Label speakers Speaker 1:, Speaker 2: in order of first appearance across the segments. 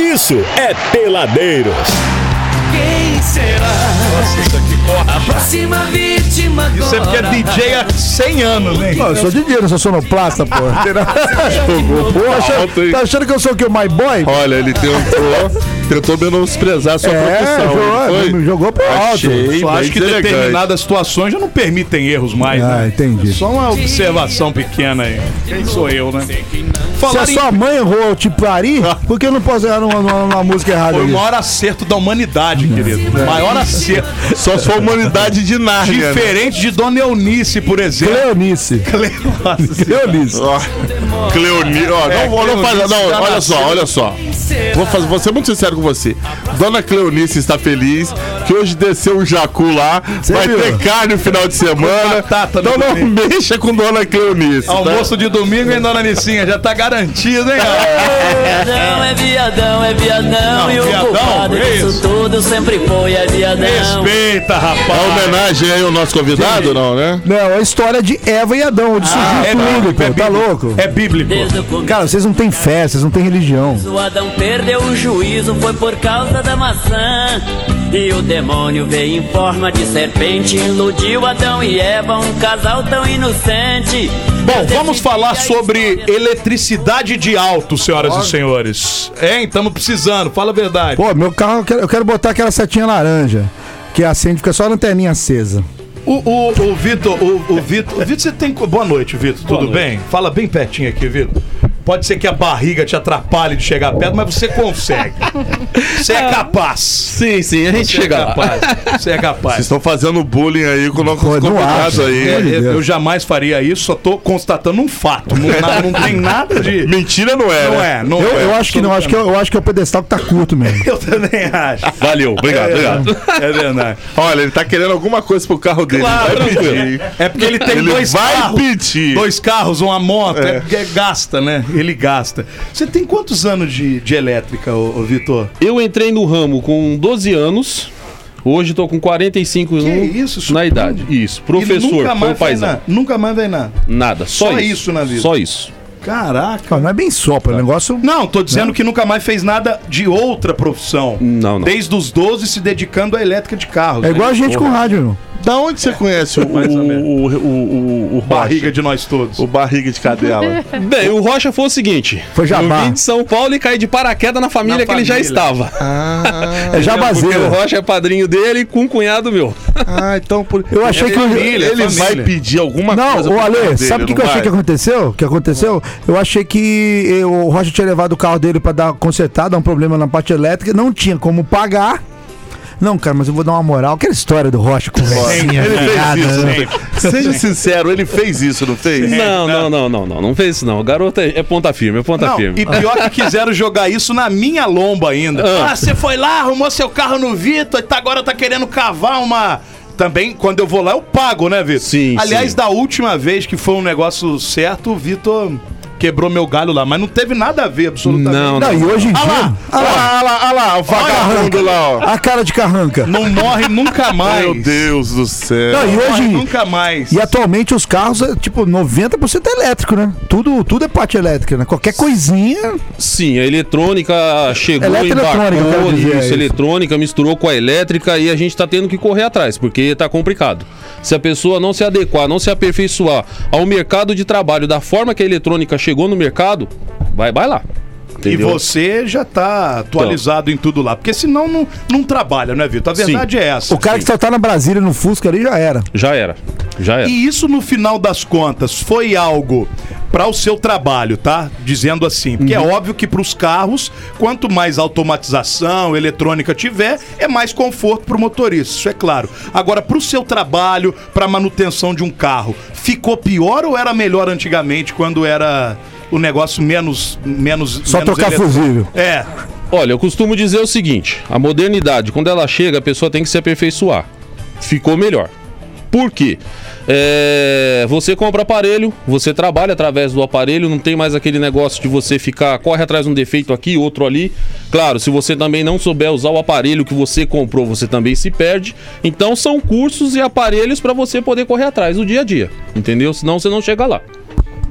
Speaker 1: isso é Peladeiros.
Speaker 2: Quem será
Speaker 3: Nossa, isso aqui
Speaker 2: a próxima vítima agora?
Speaker 3: Isso é porque é DJ há 100 anos, hein?
Speaker 4: Não, eu sou DJ, não sou sonoplasta, pô. Pô,
Speaker 5: Alto,
Speaker 4: achando,
Speaker 5: hein?
Speaker 4: tá achando que eu sou o que? O My Boy?
Speaker 5: Olha, ele tentou, tentou menosprezar a sua
Speaker 4: É,
Speaker 5: profissão. não
Speaker 4: jogou, me
Speaker 5: foi?
Speaker 4: jogou pro alto.
Speaker 5: Achei,
Speaker 3: Só acho
Speaker 5: mas
Speaker 3: que
Speaker 5: elegante.
Speaker 3: determinadas situações já não permitem erros mais,
Speaker 4: Ah,
Speaker 3: né?
Speaker 4: entendi.
Speaker 3: Só uma observação pequena aí. Quem sou eu, né?
Speaker 4: Se a
Speaker 3: Falar em...
Speaker 4: sua mãe errou tipo Ari, por que eu não posso errar numa, numa- numa música errada
Speaker 3: Foi o
Speaker 4: aí?
Speaker 3: maior acerto da humanidade, querido. Maior acerto.
Speaker 5: Só sua humanidade de Nárnia. né?
Speaker 3: Diferente de Dona Eunice, por exemplo.
Speaker 4: Cleonice.
Speaker 3: Nossa Senhora.
Speaker 4: Cleonice.
Speaker 5: Ó, Cleoni, ó,
Speaker 3: É,
Speaker 5: não, vou- não faz,
Speaker 3: Cleonice
Speaker 5: não,
Speaker 3: já
Speaker 5: olha
Speaker 3: nasceu.
Speaker 5: só, olha só. Vou, fazer, vou ser muito sincero com você. Dona Cleonice está feliz que hoje desceu um jacu lá, vai
Speaker 4: viu?
Speaker 5: ter carne no final de semana.
Speaker 3: batata no
Speaker 5: então não mexa com Dona Cleonice. tá?
Speaker 3: Almoço de domingo, hein, Dona Nicinha? Já tá garantido, hein?
Speaker 2: Viadão é viadão, é viadão
Speaker 3: Não,
Speaker 2: e o
Speaker 3: viadão,
Speaker 2: culpado
Speaker 3: é isso.
Speaker 2: disso tudo sempre foi é viadão.
Speaker 3: Respeita,
Speaker 5: É
Speaker 3: rapaz.
Speaker 5: uma homenagem aí ao nosso convidado, não, né?
Speaker 4: Não, é a história de Eva e Adão,
Speaker 5: Ah,
Speaker 4: onde surgiu
Speaker 5: é
Speaker 4: tudo, pô. tá
Speaker 3: É bíblico.
Speaker 4: louco?
Speaker 3: É bíblico.
Speaker 2: Desde o começo
Speaker 4: Cara, vocês não têm fé, vocês não têm religião.
Speaker 2: o Adão perdeu o juízo, foi por causa da maçã. E o demônio veio em forma de serpente, iludiu Adão e Eva, um casal tão inocente.
Speaker 3: Bom, vamos
Speaker 2: Deus decidiu
Speaker 3: falar
Speaker 2: que a
Speaker 3: sobre
Speaker 2: história-
Speaker 3: eletricidade de alto, senhoras e senhores. Hein? Estamos precisando, fala a verdade.
Speaker 4: Pô, meu carro, eu quero, eu quero botar aquela setinha laranja, que acende, fica só a lanterninha acesa.
Speaker 3: O, o, o Vitor, o, o Vitor, o Vitor, você tem. co- Boa noite, Vitor, tudo bem? Fala bem pertinho aqui, Vitor. Pode ser que a barriga te atrapalhe de chegar perto, mas você consegue. Você é capaz.
Speaker 6: Sim, sim, a gente
Speaker 3: Você é
Speaker 6: chega lá.
Speaker 3: capaz. Você é
Speaker 5: Vocês
Speaker 3: capaz.
Speaker 5: estão fazendo bullying aí com o nosso
Speaker 4: não
Speaker 5: convidado
Speaker 4: acho.
Speaker 5: aí.
Speaker 3: É,
Speaker 4: de
Speaker 3: eu,
Speaker 4: Deus.
Speaker 3: eu jamais faria isso, só tô constatando um fato. Não, na- não tem nada de.
Speaker 5: Mentira não é,
Speaker 3: Não
Speaker 5: né?
Speaker 3: é, não
Speaker 4: Eu,
Speaker 3: é.
Speaker 4: eu acho que não, acho que eu, eu acho que é o pedestal que tá curto mesmo.
Speaker 3: Eu também acho.
Speaker 5: Valeu, obrigado, obrigado.
Speaker 3: É verdade.
Speaker 5: Olha, ele tá querendo alguma coisa pro carro dele. né?
Speaker 3: Claro,
Speaker 5: vai
Speaker 3: não,
Speaker 5: pedir.
Speaker 3: É porque ele tem
Speaker 5: Ele
Speaker 3: dois
Speaker 5: vai
Speaker 3: carros.
Speaker 5: pedir.
Speaker 3: Dois carros, uma moto. É. porque gasta, né? Ele gasta. Você tem quantos anos de, de elétrica, ô, ô, Vitor?
Speaker 6: Eu entrei no ramo com 12 anos. Hoje tô com 45
Speaker 3: Que
Speaker 6: no-
Speaker 3: isso, isso
Speaker 6: Um na
Speaker 3: tudo?
Speaker 6: idade. Isso,
Speaker 3: E
Speaker 6: professor,
Speaker 3: nunca
Speaker 6: foi
Speaker 3: mais vai nada.
Speaker 6: paizão.
Speaker 3: Nunca mais vai nada.
Speaker 6: Nada, só,
Speaker 3: Só
Speaker 6: isso.
Speaker 3: isso na vida.
Speaker 6: Só isso.
Speaker 3: Caraca.
Speaker 4: Não, não é bem só,
Speaker 5: Tá.
Speaker 4: pô, o negócio.
Speaker 3: Não, tô dizendo que nunca mais fez nada de outra profissão.
Speaker 6: Não, não.
Speaker 3: Desde os 12 se dedicando à elétrica de carros. né? É,
Speaker 4: É igual a gente com rádio, irmão.
Speaker 5: Da onde você conhece o, o, o, o, o, o
Speaker 3: barriga
Speaker 5: Rocha?
Speaker 3: de nós todos.
Speaker 5: O barriga de cadela.
Speaker 6: Bem, o Rocha foi o seguinte.
Speaker 4: Foi jabá.
Speaker 6: Eu vim de São Paulo e caí de paraquedas na família
Speaker 3: Na
Speaker 6: que ele já
Speaker 3: família.
Speaker 6: estava.
Speaker 4: É
Speaker 6: Porque o
Speaker 4: jabazeiro.
Speaker 6: Rocha é padrinho dele com um cunhado meu.
Speaker 5: Ah, então por...
Speaker 4: Eu achei que o-
Speaker 5: ele,
Speaker 3: é
Speaker 5: ele vai
Speaker 3: família.
Speaker 5: pedir alguma coisa.
Speaker 4: Não, ô
Speaker 5: pro
Speaker 4: Ale,
Speaker 5: cara
Speaker 4: sabe o que,
Speaker 5: dele,
Speaker 4: que eu
Speaker 5: não
Speaker 4: achei que
Speaker 5: vai?
Speaker 4: aconteceu? Que aconteceu? Eu achei que eh, o Rocha tinha levado o carro dele pra dar consertar, dar um problema na parte elétrica, não tinha como pagar. Não, cara, mas eu vou dar uma moral. Aquela história do Rocha com velhinha,
Speaker 5: Ele
Speaker 4: viada,
Speaker 5: fez isso.
Speaker 4: né?
Speaker 5: não fez? Seja sincero, ele fez isso, não fez?
Speaker 6: não, não, não, não, não. Não fez isso, não. O garoto é, é ponta firme, é ponta
Speaker 3: Não,
Speaker 6: firme.
Speaker 3: e pior que quiseram jogar isso na minha lomba ainda. Ah, você foi lá, arrumou seu carro no Vitor, tá, agora tá querendo cavar uma. Também, quando eu vou lá, eu pago, né, Vitor?
Speaker 6: Sim,
Speaker 3: Aliás,
Speaker 6: sim.
Speaker 3: da última vez que foi um negócio certo, o Vitor quebrou meu galho lá. Mas não teve nada a ver, absolutamente.
Speaker 6: Não,
Speaker 4: Não, e hoje em
Speaker 3: Ah lá,
Speaker 4: dia.
Speaker 5: Olha tá lá, olha lá, olha lá, o vagabundo lá, ó.
Speaker 4: A cara de carranca.
Speaker 3: Não morre nunca mais.
Speaker 5: Meu Deus do
Speaker 4: Não,
Speaker 5: céu.
Speaker 4: e
Speaker 3: Morre
Speaker 4: hoje.
Speaker 3: nunca mais.
Speaker 4: E atualmente os carros, é, tipo, 90% é elétrico, né? Tudo, tudo é parte elétrica, né? Qualquer coisinha.
Speaker 6: Sim, a eletrônica chegou,
Speaker 4: Eletroeletrônica, eu quero
Speaker 6: embarcou,
Speaker 4: dizer, é
Speaker 6: isso,
Speaker 4: isso.
Speaker 6: eletrônica, misturou com a elétrica e a gente tá tendo que correr atrás, porque tá complicado. Se a pessoa não se adequar, não se aperfeiçoar ao mercado de trabalho da forma que a eletrônica chegou no mercado, vai bailar.
Speaker 3: E
Speaker 6: entendeu?
Speaker 3: você já tá atualizado em tudo lá. Porque senão não, não trabalha, né, Vitor? A verdade é essa.
Speaker 4: O cara que saltar na Brasília no Fusca ali já era.
Speaker 6: Já era. Já era.
Speaker 3: E isso no final das contas foi algo para o seu trabalho, tá? Dizendo assim, porque
Speaker 4: Uhum.
Speaker 3: é óbvio que para os carros, quanto mais automatização, eletrônica tiver, é mais conforto para o motorista, isso é claro. Agora para o seu trabalho, para manutenção de um carro, ficou pior ou era melhor antigamente quando era o negócio menos menos
Speaker 4: Só
Speaker 3: menos
Speaker 4: trocar
Speaker 3: eletro-
Speaker 4: fusível.
Speaker 3: É,
Speaker 6: Olha, eu costumo dizer o seguinte: a modernidade, quando ela chega, a pessoa tem que se aperfeiçoar. Ficou melhor. Por quê? É, você compra aparelho, você trabalha através do aparelho, não tem mais aquele negócio de você ficar, corre atrás de um defeito aqui, outro ali. Claro, se você também não souber usar o aparelho que você comprou, você também se perde. Então são cursos e aparelhos para você poder correr atrás do dia a dia, entendeu? Senão você não chega lá.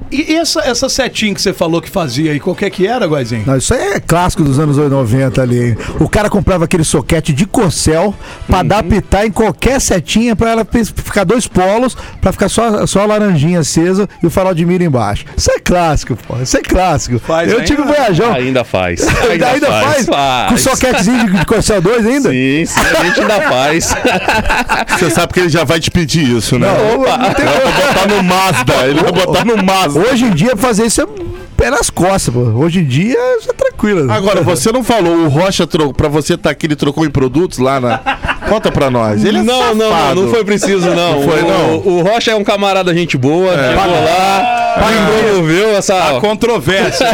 Speaker 3: E essa, essa setinha que você falou que fazia aí, qual que é que era, Guazinho?
Speaker 4: Não, isso aí é clássico dos anos 90 ali. hein? O cara comprava aquele soquete de corcel pra adaptar em qualquer setinha pra ela pe- ficar dois polos, pra ficar só, só a laranjinha acesa e o farol de milho embaixo. Isso é clássico, pô. Isso é clássico.
Speaker 3: Faz
Speaker 4: Eu
Speaker 3: ainda?
Speaker 4: tive um voyajão.
Speaker 6: Ainda faz.
Speaker 4: Ainda, ainda faz? Com soquetezinho de, de corcel 2 ainda?
Speaker 6: Sim, sim, a gente ainda faz.
Speaker 5: Você sabe que ele já vai te pedir isso, né?
Speaker 4: Não, não tem-
Speaker 5: Ele vai botar no Mazda. Ele vai botar no Mazda.
Speaker 4: Hoje em dia fazer isso é pé nas costas, pô. Hoje em dia isso é tranquilo.
Speaker 5: Agora, você não falou, o Rocha, trocou, pra você tá aqui, ele trocou em produtos lá na. Conta pra nós. Ele é
Speaker 6: não, não, não,
Speaker 5: safado.
Speaker 6: não foi preciso, não.
Speaker 5: Não foi, não. É.
Speaker 6: O, o Rocha é um camarada gente boa, chegou lá, desenvolveu essa.
Speaker 3: Controvérsia.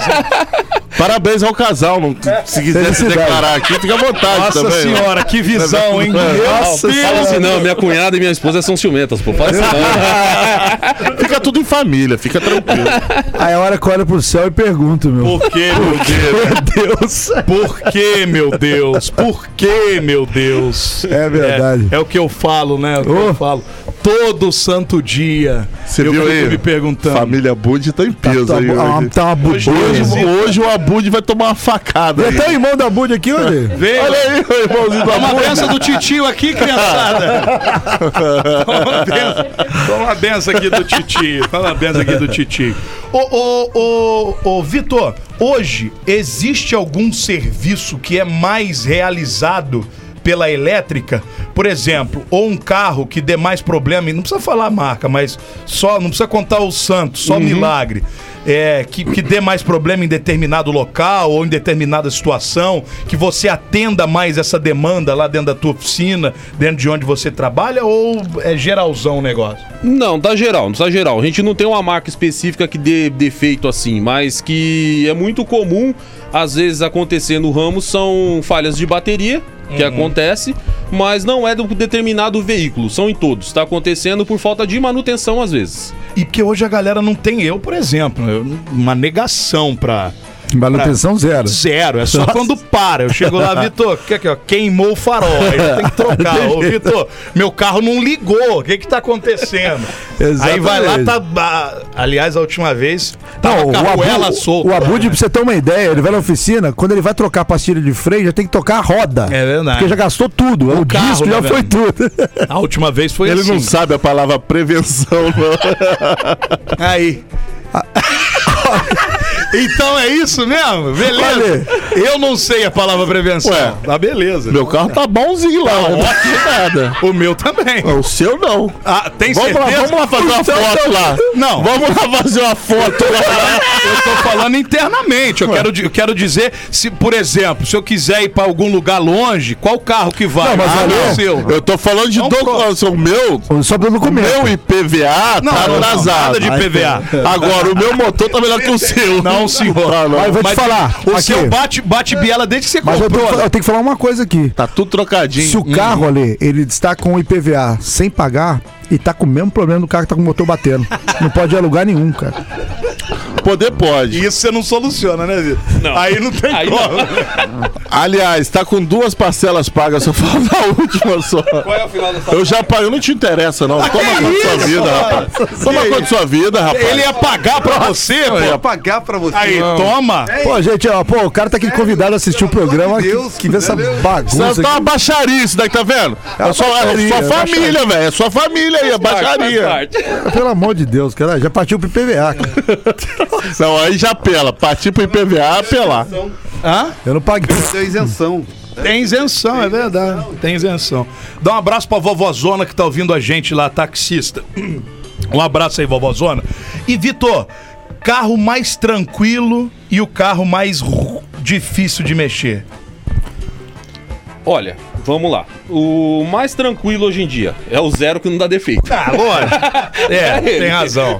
Speaker 5: Parabéns ao casal. Não, se quiser se
Speaker 4: Felicidade.
Speaker 5: declarar aqui, fica à vontade
Speaker 3: Nossa
Speaker 5: também.
Speaker 3: senhora, que visão, hein?
Speaker 6: Nossa, fala assim, não, minha cunhada e minha esposa são ciumentas, pô. Fala assim, não.
Speaker 5: Fica tudo em família, fica tranquilo.
Speaker 4: Aí a hora que olha pro céu e pergunto, meu.
Speaker 3: Por quê, meu Deus?
Speaker 4: Meu Deus.
Speaker 3: assim, Por quê, meu Deus? Por quê, meu Deus?
Speaker 4: É verdade.
Speaker 3: É, é o que eu falo, né? É o que eu
Speaker 4: Ô.
Speaker 3: falo. Todo santo dia.
Speaker 5: Você
Speaker 3: eu
Speaker 5: viu
Speaker 3: fico
Speaker 5: aí?
Speaker 3: me perguntando.
Speaker 5: Família Bud tá em peso
Speaker 4: Tá,
Speaker 5: aí.
Speaker 4: uma,
Speaker 5: hoje.
Speaker 4: tá uma
Speaker 5: Hoje,
Speaker 4: budinha.
Speaker 5: hoje, o Abud vai tomar uma facada. aí.
Speaker 4: Tem o irmão da Bud aqui, hoje?
Speaker 3: Vem,
Speaker 5: Olha aí, o irmãozinho do
Speaker 3: Toma a
Speaker 5: Abud.
Speaker 3: benção do titio aqui, criançada. Toma a benção. Toma a benção aqui do titio. Toma a benção aqui do titio. Ô, ô, ô, ô, Vitor, hoje existe algum serviço que é mais realizado pela elétrica? Por exemplo, ou um carro que dê mais problema, e não precisa falar a marca, mas só, não precisa contar o santo, só milagre. É, que, que dê mais problema em determinado local ou em determinada situação, que você atenda mais essa demanda lá dentro da tua oficina, dentro de onde você trabalha, ou é geralzão o negócio?
Speaker 6: Não, tá geral, não tá geral. A gente não tem uma marca específica que dê defeito assim, mas que é muito comum, às vezes, acontecer no ramo, são falhas de bateria,
Speaker 5: Uhum.
Speaker 6: que acontece, mas não é do determinado veículo, são em todos. Tá acontecendo por falta de manutenção, às vezes.
Speaker 3: E porque hoje a galera não tem eu, por exemplo, eu- uma negação pra
Speaker 4: Manutenção zero.
Speaker 3: zero, é só quando para. Eu chego lá, Vitor, que, que, ó, queimou o farol, aí eu tenho que trocar. Ô, Vitor, meu carro não ligou, o que que tá acontecendo? aí vai lá, tá... ah, aliás, a última vez, tava
Speaker 4: Não,
Speaker 3: a
Speaker 4: o
Speaker 3: carruela
Speaker 4: Abud,
Speaker 3: solta.
Speaker 4: o Abud, pra você ter uma ideia, ele vai na oficina, quando ele vai trocar a pastilha de freio, já tem que tocar a roda.
Speaker 3: É verdade.
Speaker 4: Porque já gastou tudo. O,
Speaker 3: carro,
Speaker 4: disco
Speaker 3: né,
Speaker 4: já foi
Speaker 3: velho?
Speaker 4: tudo.
Speaker 3: A última vez foi
Speaker 5: Ele
Speaker 3: assim.
Speaker 5: não sabe a palavra prevenção, não.
Speaker 3: Aí. então é isso mesmo? Beleza. Eu não sei a palavra prevenção.
Speaker 5: Ué.
Speaker 3: tá beleza.
Speaker 5: Meu carro tá bonzinho lá, não bate nada.
Speaker 3: O meu também.
Speaker 5: O seu não.
Speaker 3: Ah, tem
Speaker 5: Vamos lá,
Speaker 3: certeza?
Speaker 5: vamos lá fazer uma
Speaker 3: Então,
Speaker 5: foto
Speaker 3: então-
Speaker 5: lá.
Speaker 3: Não.
Speaker 5: Vamos lá fazer uma foto lá.
Speaker 3: Eu tô falando internamente. Eu quero, di- eu quero dizer, se, por exemplo, se eu quiser ir pra algum lugar longe, qual carro que vai?
Speaker 4: Não, mas é-
Speaker 3: Ah,
Speaker 4: valeu.
Speaker 3: não, o seu.
Speaker 5: Eu tô falando de
Speaker 3: Não
Speaker 5: documentação. O meu,
Speaker 4: Só pra eu não
Speaker 5: o
Speaker 4: comer.
Speaker 5: meu IPVA
Speaker 3: Não,
Speaker 5: tá
Speaker 3: não, não, nada
Speaker 5: atrasado.
Speaker 3: de IPVA.
Speaker 5: Agora, o meu motor tá melhor que o seu.
Speaker 3: Não, senhor.
Speaker 5: Tá, não.
Speaker 4: Mas eu vou te falar.
Speaker 3: O
Speaker 4: aqui, é-
Speaker 3: seu né? bate, bate biela desde que você
Speaker 4: mas eu
Speaker 3: comprou.
Speaker 4: tenho, que fa- eu tenho que falar uma coisa aqui.
Speaker 5: Tá tudo trocadinho.
Speaker 3: Uhum.
Speaker 5: Hum.
Speaker 4: Se o carro ali, ele está com o IPVA sem pagar e tá com o mesmo problema do carro que tá com o motor batendo. Não pode ir a lugar nenhum, cara.
Speaker 5: Poder pode.
Speaker 3: Isso você não soluciona, né, Vitor? Aí não tem
Speaker 6: Aí
Speaker 3: como.
Speaker 5: Aliás, tá com duas parcelas pagas, só falta a última só. Qual é o final dessa Eu já paguei, não te interessa,
Speaker 3: Ah,
Speaker 5: não. Toma conta da sua vida, rapaz. Toma conta da sua vida, rapaz.
Speaker 3: Ele ia pagar pra você, pô. Ia pagar
Speaker 7: Ah,
Speaker 3: pra você. Aí, toma.
Speaker 4: Pô, gente, ó, pô, o cara tá aqui convidado a assistir o programa. que- que, vê essa bagunça.
Speaker 5: Isso tá uma
Speaker 4: aqui.
Speaker 5: baixaria isso daí, tá vendo? É, sua,
Speaker 4: baixaria,
Speaker 5: é
Speaker 4: é
Speaker 5: sua família, velho. É sua família aí, é baixaria.
Speaker 4: Pelo amor de Deus, cara. Já partiu pro IPVA, cara.
Speaker 5: Não, aí já apela. Partir pro IPVA, apelar.
Speaker 4: Eu não paguei.
Speaker 7: é
Speaker 8: Hum.
Speaker 3: Tem isenção, é verdade. Tem isenção. Dá um abraço pra vovozona que tá ouvindo a gente lá, taxista. Um abraço aí, vovozona. E, Vitor, carro mais tranquilo e o carro mais ru- difícil de mexer.
Speaker 6: Olha, vamos lá. O mais tranquilo hoje em dia é o zero que não dá defeito.
Speaker 3: Ah, lógico. É, tem razão.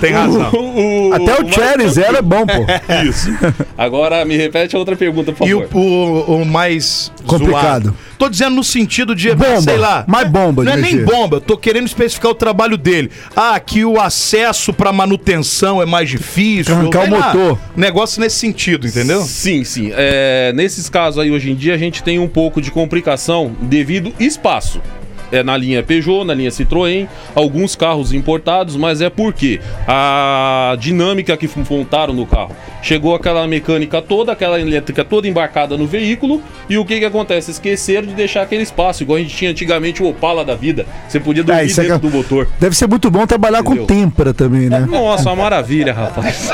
Speaker 3: Tem razão.
Speaker 6: O-
Speaker 4: Até o
Speaker 6: mais
Speaker 4: Cherry Zero é bom, pô.
Speaker 6: Isso. Agora me repete a outra pergunta, por
Speaker 3: E
Speaker 6: favor.
Speaker 3: o, o- o mais
Speaker 4: Complicado.
Speaker 3: zoado. Tô dizendo no sentido de,
Speaker 4: Bomba.
Speaker 3: sei lá.
Speaker 4: Mais bomba
Speaker 3: Não é
Speaker 4: de
Speaker 3: nem
Speaker 4: mexer.
Speaker 3: bomba, eu tô querendo especificar o trabalho dele. Ah, que o acesso pra manutenção é mais difícil.
Speaker 4: Arrancar
Speaker 3: sei
Speaker 4: o
Speaker 3: lá,
Speaker 4: motor.
Speaker 3: negócio nesse sentido, entendeu?
Speaker 6: Sim, sim. É, nesses casos aí hoje em dia a gente tem um pouco de complicação devido espaço. é na linha Peugeot, na linha Citroën, alguns carros importados, mas é porque a dinâmica que montaram no carro. Chegou aquela mecânica toda, aquela elétrica toda embarcada no veículo, e o que que acontece? Esqueceram de deixar aquele espaço, igual a gente tinha antigamente o Opala da vida. Você podia dormir
Speaker 4: É, isso é
Speaker 6: dentro
Speaker 4: que-
Speaker 6: do motor.
Speaker 4: Deve ser muito bom trabalhar
Speaker 6: Entendeu?
Speaker 4: com têmpera também, né?
Speaker 6: Nossa, uma maravilha, rapaz.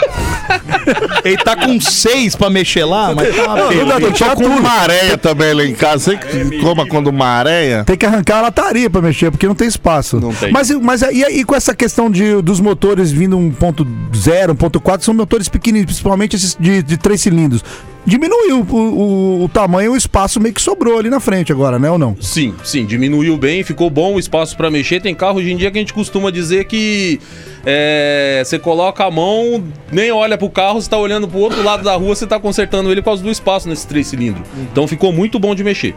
Speaker 3: Ele tá com seis pra mexer lá, mas tá uma beleza.
Speaker 5: Eu tô com maréia também lá em casa. Você que coma quando maréia?
Speaker 4: Tem que arrancar a lataria pra mexer, porque não tem espaço.
Speaker 6: Não tem.
Speaker 4: Mas, mas e aí com essa questão de, dos motores vindo 1.0, 1.4, são motores pequenininhos, principalmente esses de, de três cilindros. Diminuiu o, o, o tamanho, o espaço meio que sobrou ali na frente agora, né ou não?
Speaker 6: Sim, sim, diminuiu bem, ficou bom o espaço pra mexer. Tem carro hoje em dia que a gente costuma dizer que é, você coloca a mão, nem olha pro carro, você tá olhando pro outro lado da rua, você tá consertando ele por causa do espaço nesse três cilindros. Então ficou muito bom de mexer.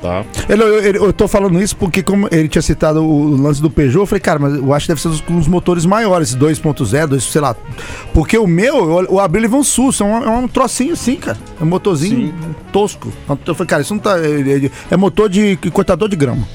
Speaker 6: Tá?
Speaker 4: Ele- eu, ele- eu tô falando isso porque como ele tinha citado o lance do Peugeot, eu falei, cara, mas eu acho que deve ser os, os motores maiores, 2.0, 2, sei lá. Porque o meu, eu, eu abri ele um susto, é um, é um trocinho assim, cara. É um motorzinho tosco. Eu falei, cara, isso não tá... ele- ele- é motor de de cortador de grama.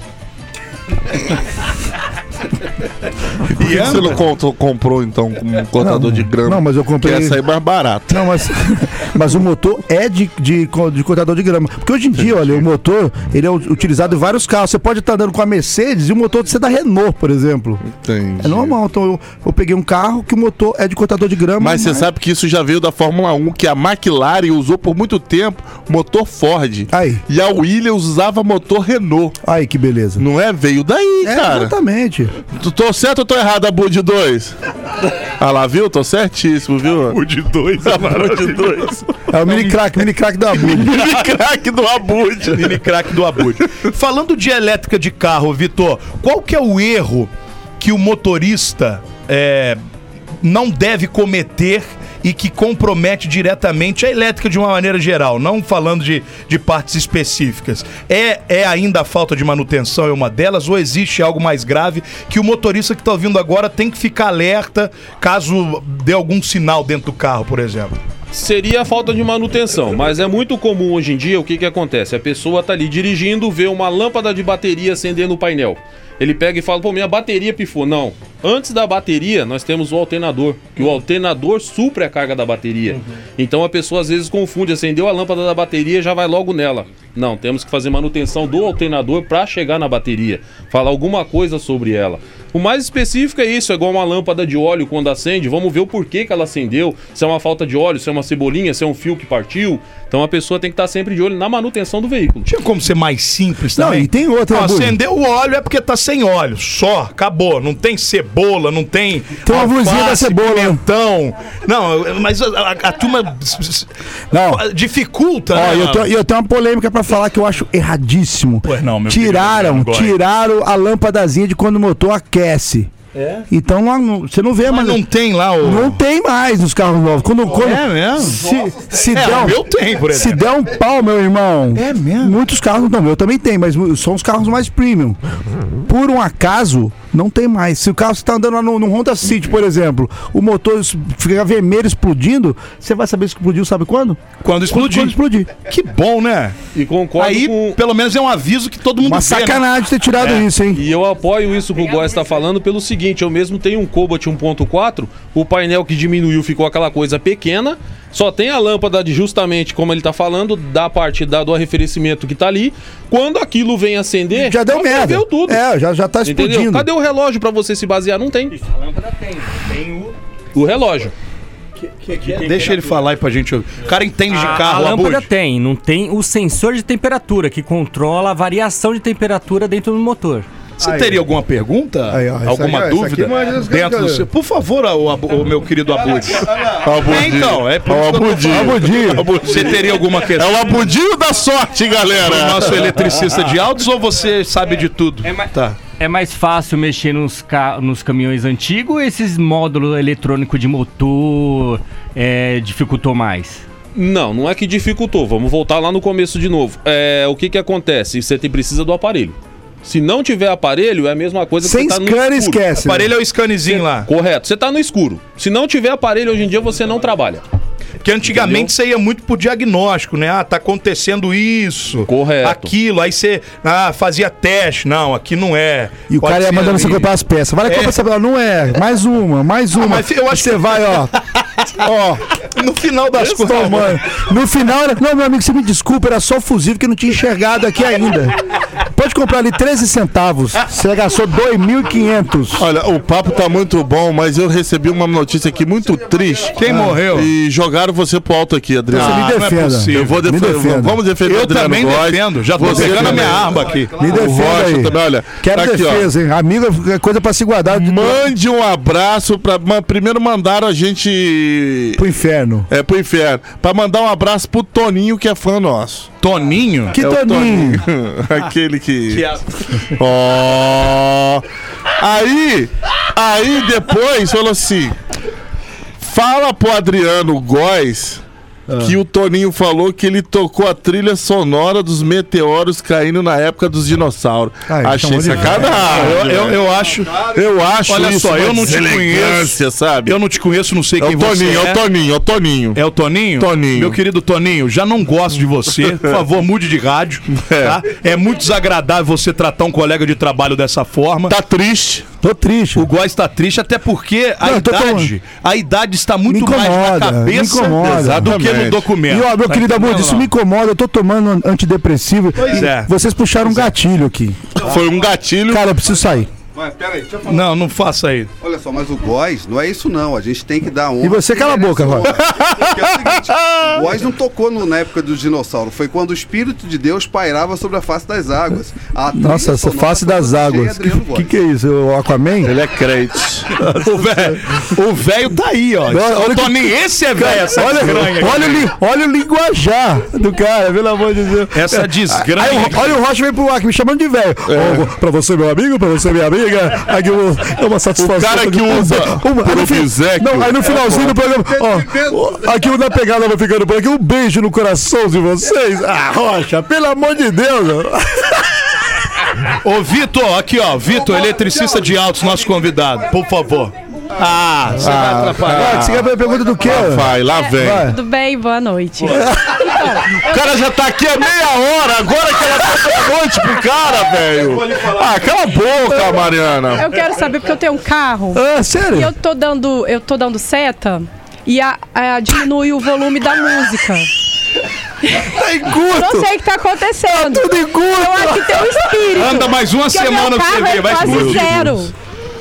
Speaker 5: Por que que você não contou- comprou, então, com um cortador de grama?
Speaker 4: Não, mas eu comprei-
Speaker 5: Que ia sair é mais barato.
Speaker 4: Não, mas, mas o motor é de, de, co- de cortador de grama. Porque hoje em dia, olha, o motor, ele é u- utilizado em vários carros. Você pode estar andando com a Mercedes e o motor de ser da Renault, por exemplo.
Speaker 5: Entendi.
Speaker 4: É normal, então eu, eu peguei um carro que o motor é de cortador de grama.
Speaker 5: Mas você sabe que isso já veio da Fórmula 1, que a McLaren usou por muito tempo motor Ford.
Speaker 4: Aí.
Speaker 5: E a Williams usava motor Renault.
Speaker 4: Aí que beleza.
Speaker 5: Não é? Veio daí,
Speaker 4: É,
Speaker 5: cara.
Speaker 4: exatamente.
Speaker 5: Tu Tô certo ou tô errado, Abu de 2? Ah lá, viu? Tô certíssimo, viu? Abu de 2. Abu de 2.
Speaker 4: É o mini crack, mini crack da Abu.
Speaker 5: Mini craque do Abud.
Speaker 3: Mini crack do Abud. Falando de elétrica de carro, Vitor, qual que é o erro que o motorista é, não deve cometer e que compromete diretamente a elétrica de uma maneira geral, não falando de, de partes específicas? É, é ainda a falta de manutenção é uma delas ou existe algo mais grave que o motorista que está ouvindo agora tem que ficar alerta caso dê algum sinal dentro do carro, por exemplo?
Speaker 6: Seria a falta de manutenção, mas é muito comum hoje em dia o que, que acontece? A pessoa tá ali dirigindo, vê uma lâmpada de bateria acendendo o painel. Ele pega e fala, pô, minha bateria pifou. Não. Antes da bateria, nós temos o alternador, que o alternador supre a carga da bateria. Então a pessoa às vezes confunde, acendeu a lâmpada da bateria já vai logo nela. Não, temos que fazer manutenção do alternador para chegar na bateria, falar alguma coisa sobre ela. O mais específico é isso, é igual uma lâmpada de óleo quando acende, vamos ver o porquê que ela acendeu, se é uma falta de óleo, se é uma cebolinha, se é um fio que partiu. Então a pessoa tem que estar sempre de olho na manutenção do veículo.
Speaker 3: Tinha como ser mais simples
Speaker 4: Não,
Speaker 3: também?
Speaker 4: e tem outra,
Speaker 3: Não,
Speaker 4: Abud.
Speaker 3: acendeu o óleo é porque tá sem óleo. Só, acabou. Não tem cebola, não tem.
Speaker 4: Tem uma
Speaker 3: alface,
Speaker 4: luzinha da cebola.
Speaker 3: Pimentão. Não, mas a, a- a turma s- s-
Speaker 4: Não.
Speaker 3: dificulta,
Speaker 4: Ó,
Speaker 3: né?
Speaker 4: e eu, tenho- e eu tenho uma polêmica pra falar que eu acho erradíssimo.
Speaker 3: Pois não, meu
Speaker 4: tiraram,
Speaker 3: querido, agora.
Speaker 4: tiraram a lâmpadazinha de quando o motor aquece. É? Então não- não- você não vê
Speaker 3: Mas
Speaker 4: mais.
Speaker 3: não tem lá o.
Speaker 4: Não tem mais nos carros novos. Quando, quando
Speaker 3: é mesmo?
Speaker 4: Se, se
Speaker 3: É,
Speaker 4: der
Speaker 3: o
Speaker 4: um,
Speaker 3: meu tem, por
Speaker 4: se
Speaker 3: exemplo.
Speaker 4: der um pau, meu irmão.
Speaker 3: É mesmo?
Speaker 4: Muitos carros não, eu também tenho, mas são os carros mais premium. Por um acaso, não tem mais. Se o carro está andando lá no, no Honda City, por exemplo, o motor es- fica vermelho explodindo, você vai saber se explodiu, sabe quando?
Speaker 3: Quando explodir.
Speaker 4: Quando explodir.
Speaker 3: Que bom, né?
Speaker 6: E concordo
Speaker 3: Aí,
Speaker 6: com.
Speaker 3: pelo menos é um aviso que todo mundo
Speaker 4: Uma
Speaker 3: vê, né?
Speaker 4: sacanagem ter tirado isso, hein?
Speaker 6: E eu apoio isso que o Góes está falando pelo seguinte: eu mesmo tenho um Cobalt 1.4, o painel que diminuiu ficou aquela coisa pequena, só tem a lâmpada de justamente como ele está falando, da parte da, do arrefecimento que tá ali. Quando aquilo vem acender,
Speaker 4: Já deu merda.
Speaker 6: Deu tudo.
Speaker 4: É, já, já tá explodindo.
Speaker 6: Entendeu? Cadê o relógio pra você se basear? Não tem. A lâmpada tem. Tem o. O relógio.
Speaker 3: Deixa ele falar aí pra gente ouvir. O cara entende de
Speaker 8: A-
Speaker 3: carro,
Speaker 8: a lâmpada
Speaker 3: Abud.
Speaker 8: tem, não tem o sensor de temperatura que controla a variação de temperatura dentro do motor.
Speaker 3: Você teria alguma pergunta?
Speaker 4: Aí, ó, essa
Speaker 3: alguma
Speaker 4: aqui, ó, essa aqui
Speaker 3: dúvida?
Speaker 4: manja os
Speaker 3: Dentro do
Speaker 4: caras-
Speaker 3: seu... Por favor, o, Abu- o meu querido Abud.
Speaker 5: Abudinho.
Speaker 3: então, é por
Speaker 5: o
Speaker 3: isso que eu tô
Speaker 4: Tá
Speaker 5: Abudinho.
Speaker 3: falando.
Speaker 5: Abudinho.
Speaker 3: Você teria alguma
Speaker 5: É
Speaker 3: questão?
Speaker 5: o Abudinho da sorte, galera.
Speaker 3: o É um nosso eletricista de autos ou você sabe de tudo? Tá.
Speaker 8: É mais fácil mexer nos, ca- nos caminhões antigos ou esses módulos eletrônicos de motor é, dificultou mais?
Speaker 6: Não, não é que dificultou. Vamos voltar lá no começo de novo. É, o que que acontece? Você tem- precisa do aparelho. Se não tiver aparelho, é a mesma coisa que
Speaker 4: Sem
Speaker 6: você tá no
Speaker 4: scan,
Speaker 6: escuro.
Speaker 4: esquece.
Speaker 3: O aparelho é o scanezinho lá.
Speaker 6: Correto. Você tá no escuro. Se não tiver aparelho hoje em dia, você não trabalha.
Speaker 3: porque antigamente você ia muito por diagnóstico, né? Ah, tá acontecendo isso.
Speaker 6: Correto.
Speaker 3: Aquilo. Aí você ah, fazia teste. Não, aqui não é.
Speaker 4: E o
Speaker 3: Pode
Speaker 4: cara ia
Speaker 3: ser
Speaker 4: mandando
Speaker 3: ali.
Speaker 4: você comprar as peças. Vai lá
Speaker 3: É.
Speaker 4: comprar essa peça. Não é. Mais uma, mais uma.
Speaker 3: Ah, mas eu acho
Speaker 4: você
Speaker 3: que- Tá
Speaker 4: vai, ó. ó.
Speaker 3: No final das contas.
Speaker 4: Tomando. No final, era. Não, meu amigo, você me desculpa, era só o fusível que eu não tinha enxergado aqui ainda. Pode comprar ali 13 centavos. Você gastou 2.500.
Speaker 5: Olha, o papo tá muito bom, mas eu recebi uma notícia aqui muito triste. Ah.
Speaker 3: Quem morreu?
Speaker 5: E jogaram você pro alto aqui, Adriano.
Speaker 4: Você me
Speaker 3: não é
Speaker 4: defenda.
Speaker 3: possível.
Speaker 5: eu vou
Speaker 4: me
Speaker 5: defender.
Speaker 4: defenda.
Speaker 5: Vamos defender
Speaker 3: Eu
Speaker 5: o Adriano
Speaker 3: também
Speaker 5: Góes.
Speaker 3: defendo. Já tô
Speaker 5: Você
Speaker 3: pegando a minha
Speaker 5: também.
Speaker 3: arma aqui.
Speaker 4: Me
Speaker 5: O
Speaker 4: defenda
Speaker 5: Rocha
Speaker 4: aí.
Speaker 5: também, olha.
Speaker 4: Quero
Speaker 5: tá aqui, ó.
Speaker 4: defesa, hein? Amigo é coisa pra se guardar de,
Speaker 5: Mande um abraço pra. ma- Primeiro mandaram a gente.
Speaker 4: pro inferno.
Speaker 5: É pro inferno. Pra mandar um abraço pro Toninho, que é fã nosso.
Speaker 3: Toninho?
Speaker 4: Que
Speaker 5: É o
Speaker 4: Toninho.
Speaker 5: Aquele que. Ó. Aí, aí depois falou assim: fala pro Adriano Góes que o Toninho falou que ele tocou a trilha sonora dos meteoros caindo na época dos dinossauros.
Speaker 4: Ah, ele
Speaker 5: Achei
Speaker 4: chamou de-
Speaker 5: sacanagem.
Speaker 3: Eu, eu, eu acho.
Speaker 5: Eu acho
Speaker 3: Olha
Speaker 5: isso
Speaker 3: só, eu
Speaker 5: uma
Speaker 3: não te
Speaker 5: deselegância, sabe?
Speaker 3: Eu não te conheço, não sei
Speaker 5: é
Speaker 3: quem
Speaker 5: o
Speaker 3: você
Speaker 5: Toninho, é
Speaker 3: é.
Speaker 5: o Toninho, é o Toninho.
Speaker 3: É o Toninho?
Speaker 5: Toninho.
Speaker 3: Meu querido Toninho, já não gosto de você. Por favor, mude de rádio.
Speaker 5: É.
Speaker 3: tá? É muito desagradável você tratar um colega de trabalho dessa forma.
Speaker 5: Tá triste.
Speaker 4: Tô triste.
Speaker 3: O Góis está triste, até porque a
Speaker 4: Não, eu tô
Speaker 3: idade. A idade está
Speaker 4: Me
Speaker 3: muito mais
Speaker 4: incomoda,
Speaker 3: na
Speaker 4: me
Speaker 3: cabeça
Speaker 4: incomoda.
Speaker 3: do que no
Speaker 5: Exatamente.
Speaker 4: E
Speaker 3: documento.
Speaker 4: ó, meu
Speaker 3: Tá
Speaker 4: querido amor,
Speaker 3: entendendo,
Speaker 4: isso
Speaker 3: não?
Speaker 4: me incomoda. Eu tô tomando an- antidepressivo.
Speaker 3: Pois
Speaker 4: E
Speaker 3: é.
Speaker 4: Vocês puxaram um gatilho aqui.
Speaker 5: Foi um gatilho.
Speaker 4: Cara, eu preciso sair.
Speaker 7: Vai, peraí, deixa eu falar.
Speaker 3: Não, não faça aí.
Speaker 7: Olha só, mas o Góis não é isso não. A gente tem que dar um.
Speaker 4: E você cala a boca, Roy.
Speaker 7: Porque é o seguinte, o Góis não tocou no- na época dos dinossauros. Foi quando o Espírito de Deus pairava sobre a face das águas. A trilha
Speaker 4: Nossa, essa
Speaker 7: sonora
Speaker 4: face
Speaker 7: foi
Speaker 4: das
Speaker 7: cheia,
Speaker 4: águas. Que,
Speaker 7: Adriano Góes.
Speaker 4: que que é isso? O Aquaman?
Speaker 5: Ele é crente.
Speaker 3: O velho o velho tá aí, ó.
Speaker 4: Olha- olha
Speaker 3: Ô,
Speaker 4: que-
Speaker 3: Toninho, esse é velho, essa
Speaker 4: Olha,
Speaker 3: desgranha. aqui.
Speaker 4: olha, o li- olha o linguajar do cara, pelo amor de Deus.
Speaker 3: Essa desgranha.
Speaker 4: Aí, o Ro- olha o Rocha vem pro ar, me chamando de
Speaker 5: É.
Speaker 4: velho. Ó, vo- pra você, meu amigo, pra você, minha amiga. Aqui eu- é uma satisfação.
Speaker 5: O cara que usa
Speaker 4: Uma- aí no fi-
Speaker 5: obséquio. É,
Speaker 4: Não, aí no finalzinho do programa. Ó, ó, aqui o da pegada vai ficando por aqui. Um beijo no coração de vocês. Ah, Rocha, pelo amor de Deus.
Speaker 5: Ah,
Speaker 3: Ô, Vitor, aqui, ó. Vitor, eletricista de altos, nosso convidado. Por favor. Ah, você vai atrapalhar.
Speaker 4: Ah, você quer fazer pergunta do quê?
Speaker 5: ah, É, Vai, lá vem.
Speaker 4: Vai.
Speaker 9: Tudo bem? Boa noite.
Speaker 5: O cara já tá aqui há meia hora, agora que ela tá boa noite pro cara, velho. Ah, cala a boca, Mariana.
Speaker 9: Eu quero saber porque eu tenho um carro
Speaker 4: Ah,
Speaker 9: e
Speaker 4: sério?
Speaker 9: eu tô dando, eu tô dando seta e a, a- diminui o volume da música.
Speaker 4: Tá
Speaker 9: Eu não
Speaker 4: enguto.
Speaker 9: sei o que tá acontecendo.
Speaker 4: Tudo
Speaker 9: Eu
Speaker 4: enguto.
Speaker 9: acho que tem um espírito.
Speaker 3: Anda mais uma
Speaker 9: Porque
Speaker 3: semana
Speaker 9: meu
Speaker 3: pra você
Speaker 9: carro
Speaker 3: ver,
Speaker 9: é
Speaker 3: vai
Speaker 9: quase
Speaker 3: explodir.
Speaker 9: zero.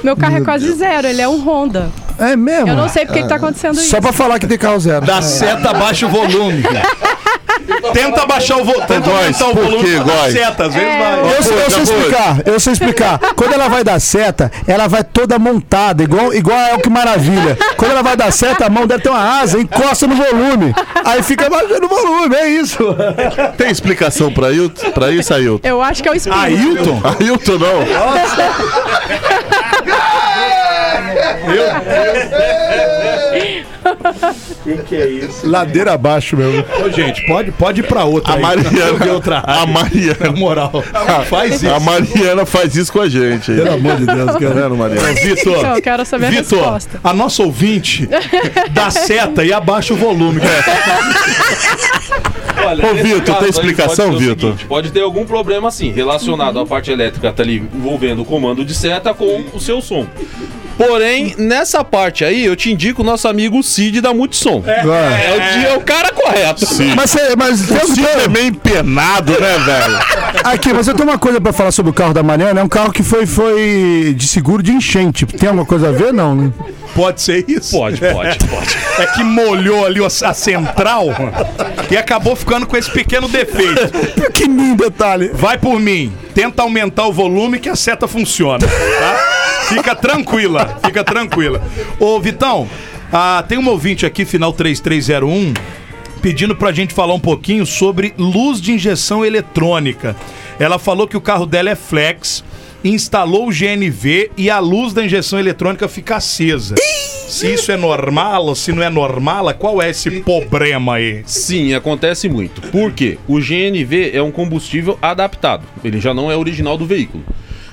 Speaker 9: Meu carro é quase zero, ele é um Honda.
Speaker 4: É mesmo?
Speaker 9: Eu não sei porque que
Speaker 3: Ah,
Speaker 9: tá acontecendo isso.
Speaker 4: Só pra falar que tem carro zero.
Speaker 3: Dá seta, abaixa o volume. É. Tenta baixar o volume. Tenta
Speaker 5: Góis,
Speaker 3: aumentar o
Speaker 5: por
Speaker 3: volume.
Speaker 5: que,
Speaker 3: pra dar
Speaker 5: Góis?
Speaker 3: seta, às vezes vai.
Speaker 4: Eu, sei- eu sei explicar, eu sei explicar. Quando ela vai dar seta, ela vai toda montada, igual, igual a El que Maravilha. Quando ela vai dar seta, a mão deve ter uma asa, encosta no volume. Aí fica baixando o volume, é isso.
Speaker 5: Tem explicação pra, Ailton? pra isso, Ailton?
Speaker 9: Eu acho que é o espírito.
Speaker 3: Ailton?
Speaker 5: Ailton não.
Speaker 4: Ladeira abaixo, meu.
Speaker 3: Ô, gente, pode, pode ir pra outra.
Speaker 5: A
Speaker 3: aí.
Speaker 5: Mariana.
Speaker 3: Tem outra
Speaker 5: A Mariana.
Speaker 3: moral. Faz
Speaker 5: A
Speaker 3: isso.
Speaker 5: Mariana faz isso com a gente. hein?
Speaker 4: Pelo amor de Deus,
Speaker 5: Tá
Speaker 4: cara.
Speaker 5: vendo, Mariana?
Speaker 3: Vitor,
Speaker 9: Então, eu quero saber a
Speaker 3: Vitor,
Speaker 9: resposta.
Speaker 3: a nossa ouvinte dá seta e abaixa o volume. cara.
Speaker 6: Olha,
Speaker 5: Ô,
Speaker 6: nesse
Speaker 5: Vitor,
Speaker 6: caso,
Speaker 5: tem
Speaker 6: a gente
Speaker 5: explicação,
Speaker 6: pode ter o
Speaker 5: Vitor?
Speaker 6: seguinte, Pode ter algum problema, assim, relacionado à parte elétrica, tá ali envolvendo o comando de seta com o seu som. Porém, nessa parte aí, eu te indico o nosso amigo Cid da Multissom. É,
Speaker 4: Vai.
Speaker 6: o, di- é o cara correto.
Speaker 4: Mas, cê- mas Deus,
Speaker 5: Cid é meio empenado, né, velho?
Speaker 4: aqui, mas eu tenho uma coisa pra falar sobre o carro da Mariana. É um carro que foi, foi de seguro de enchente. Tem alguma coisa a ver? Não, né?
Speaker 3: Pode ser isso?
Speaker 6: Pode, pode, pode.
Speaker 3: É que molhou ali a a central e acabou ficando com esse pequeno defeito.
Speaker 4: Pequenininho detalhe.
Speaker 3: Vai por mim. Tenta aumentar o volume que a seta funciona, tá? Fica tranquila, fica tranquila. Ô, Vitão, ah, tem um ouvinte aqui, final 3301, pedindo pra gente falar um pouquinho sobre luz de injeção eletrônica. Ela falou que o carro dela é flex, instalou o GNV e a luz da injeção eletrônica fica acesa. Se isso é normal ou se não é normal, qual é esse problema aí?
Speaker 6: Sim, acontece muito. Por quê? O GNV é um combustível adaptado. Ele já não é original do veículo.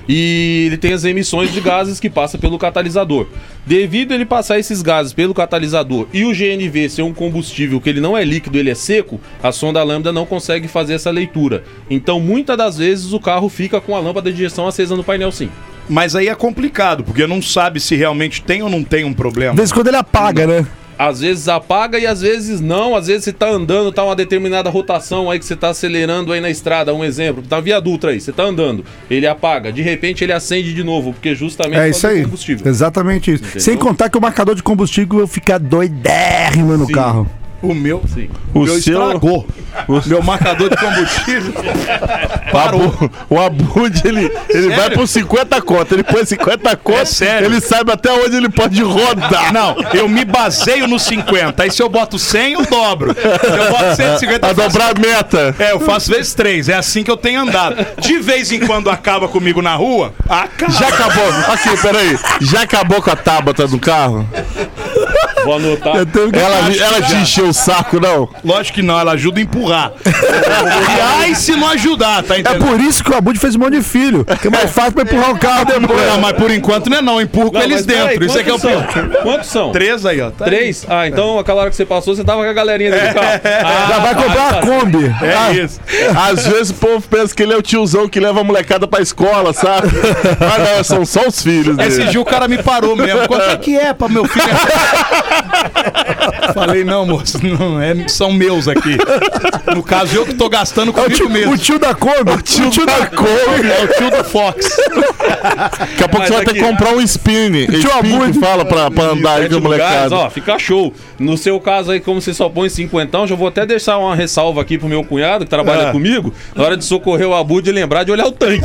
Speaker 6: E ele tem as emissões de gases que passa pelo catalisador. Devido a ele passar esses gases pelo catalisador e o GNV ser um combustível que ele não é líquido, ele é seco, a sonda lambda não consegue fazer essa leitura. Então, muitas das vezes o carro fica com a lâmpada de injeção acesa no painel sim.
Speaker 3: Mas aí é complicado, porque não sabe se realmente tem ou não tem um
Speaker 4: De
Speaker 3: problema.
Speaker 4: vez em quando ele apaga, né?
Speaker 6: Às vezes apaga e às vezes não. Às vezes você tá andando, tá uma determinada rotação aí que você tá acelerando aí na estrada, um exemplo. Tá via Dutra aí, você tá andando, ele apaga. De repente ele acende de novo, porque justamente
Speaker 4: É
Speaker 6: por
Speaker 4: isso
Speaker 6: causa do
Speaker 4: aí.
Speaker 6: combustível.
Speaker 4: Exatamente isso.
Speaker 6: Entendeu?
Speaker 4: Sem contar que o marcador de combustível vai ficar doidérrimo no
Speaker 6: Sim.
Speaker 4: carro.
Speaker 3: O meu,
Speaker 6: Sim.
Speaker 5: O
Speaker 3: meu
Speaker 5: seu.
Speaker 3: estragou. Meu marcador de combustível.
Speaker 5: O Abu- o Abud, ele, ele vai por 50 contas. Ele põe 50 contas,
Speaker 3: É sério.
Speaker 5: ele sabe até onde ele pode rodar.
Speaker 3: Não, eu me baseio no 50. Aí se eu boto 100, eu dobro. Se eu boto 150,
Speaker 6: Tá
Speaker 5: A
Speaker 3: eu faço-
Speaker 5: dobrar a meta.
Speaker 3: É, eu faço vezes três. É assim que eu tenho andado. De vez em quando acaba comigo na rua, ah, acaba.
Speaker 5: Já acabou. Aqui, peraí. Já acabou com a tábata do carro?
Speaker 6: Vou anotar.
Speaker 5: Ela, ela te encheu o saco, não?
Speaker 3: Lógico que não, ela ajuda a empurrar. e ai se não ajudar, tá
Speaker 4: É
Speaker 3: entendendo?
Speaker 4: por isso que o Abud fez um monte de filho. Que é mais fácil pra empurrar o carro depois.
Speaker 3: Não, mas por enquanto não é não, eu empurro com
Speaker 6: Não,
Speaker 3: eles
Speaker 6: mas peraí,
Speaker 3: dentro. Isso é que é o
Speaker 6: quantos
Speaker 3: pior.
Speaker 6: são? Quantos são?
Speaker 3: Três aí, ó. Tá aí.
Speaker 6: Três? Ah, então aquela hora que você passou, você tava com a galerinha dentro do carro. Ah,
Speaker 4: Já vai comprar a Kombi.
Speaker 3: É
Speaker 5: Ah,
Speaker 3: isso.
Speaker 5: Às vezes o povo pensa que ele é o tiozão que leva a molecada pra escola, sabe? Mas não, são só os filhos
Speaker 3: Esse
Speaker 5: dele.
Speaker 3: dia o cara me parou mesmo. Quanto é que é pra meu filho? Falei, não, moço, não, é, são meus aqui. No caso, eu que tô gastando
Speaker 4: É o
Speaker 3: comigo
Speaker 4: tio,
Speaker 3: mesmo.
Speaker 4: o tio da Kombi. O tio, da Kombi.
Speaker 3: É o tio do Fox.
Speaker 5: Daqui a pouco você vai ter que comprar um spin. Spin que fala pra, pra andar aí com
Speaker 3: é
Speaker 6: Sete lugares,
Speaker 5: a
Speaker 6: é
Speaker 5: molecada.
Speaker 6: tipo ó, fica show. No seu caso aí, como você só põe cinquentão, já vou até deixar uma ressalva aqui pro meu cunhado que trabalha
Speaker 3: Ah.
Speaker 6: comigo. Na hora de socorrer o Abu, de lembrar de olhar o tanque.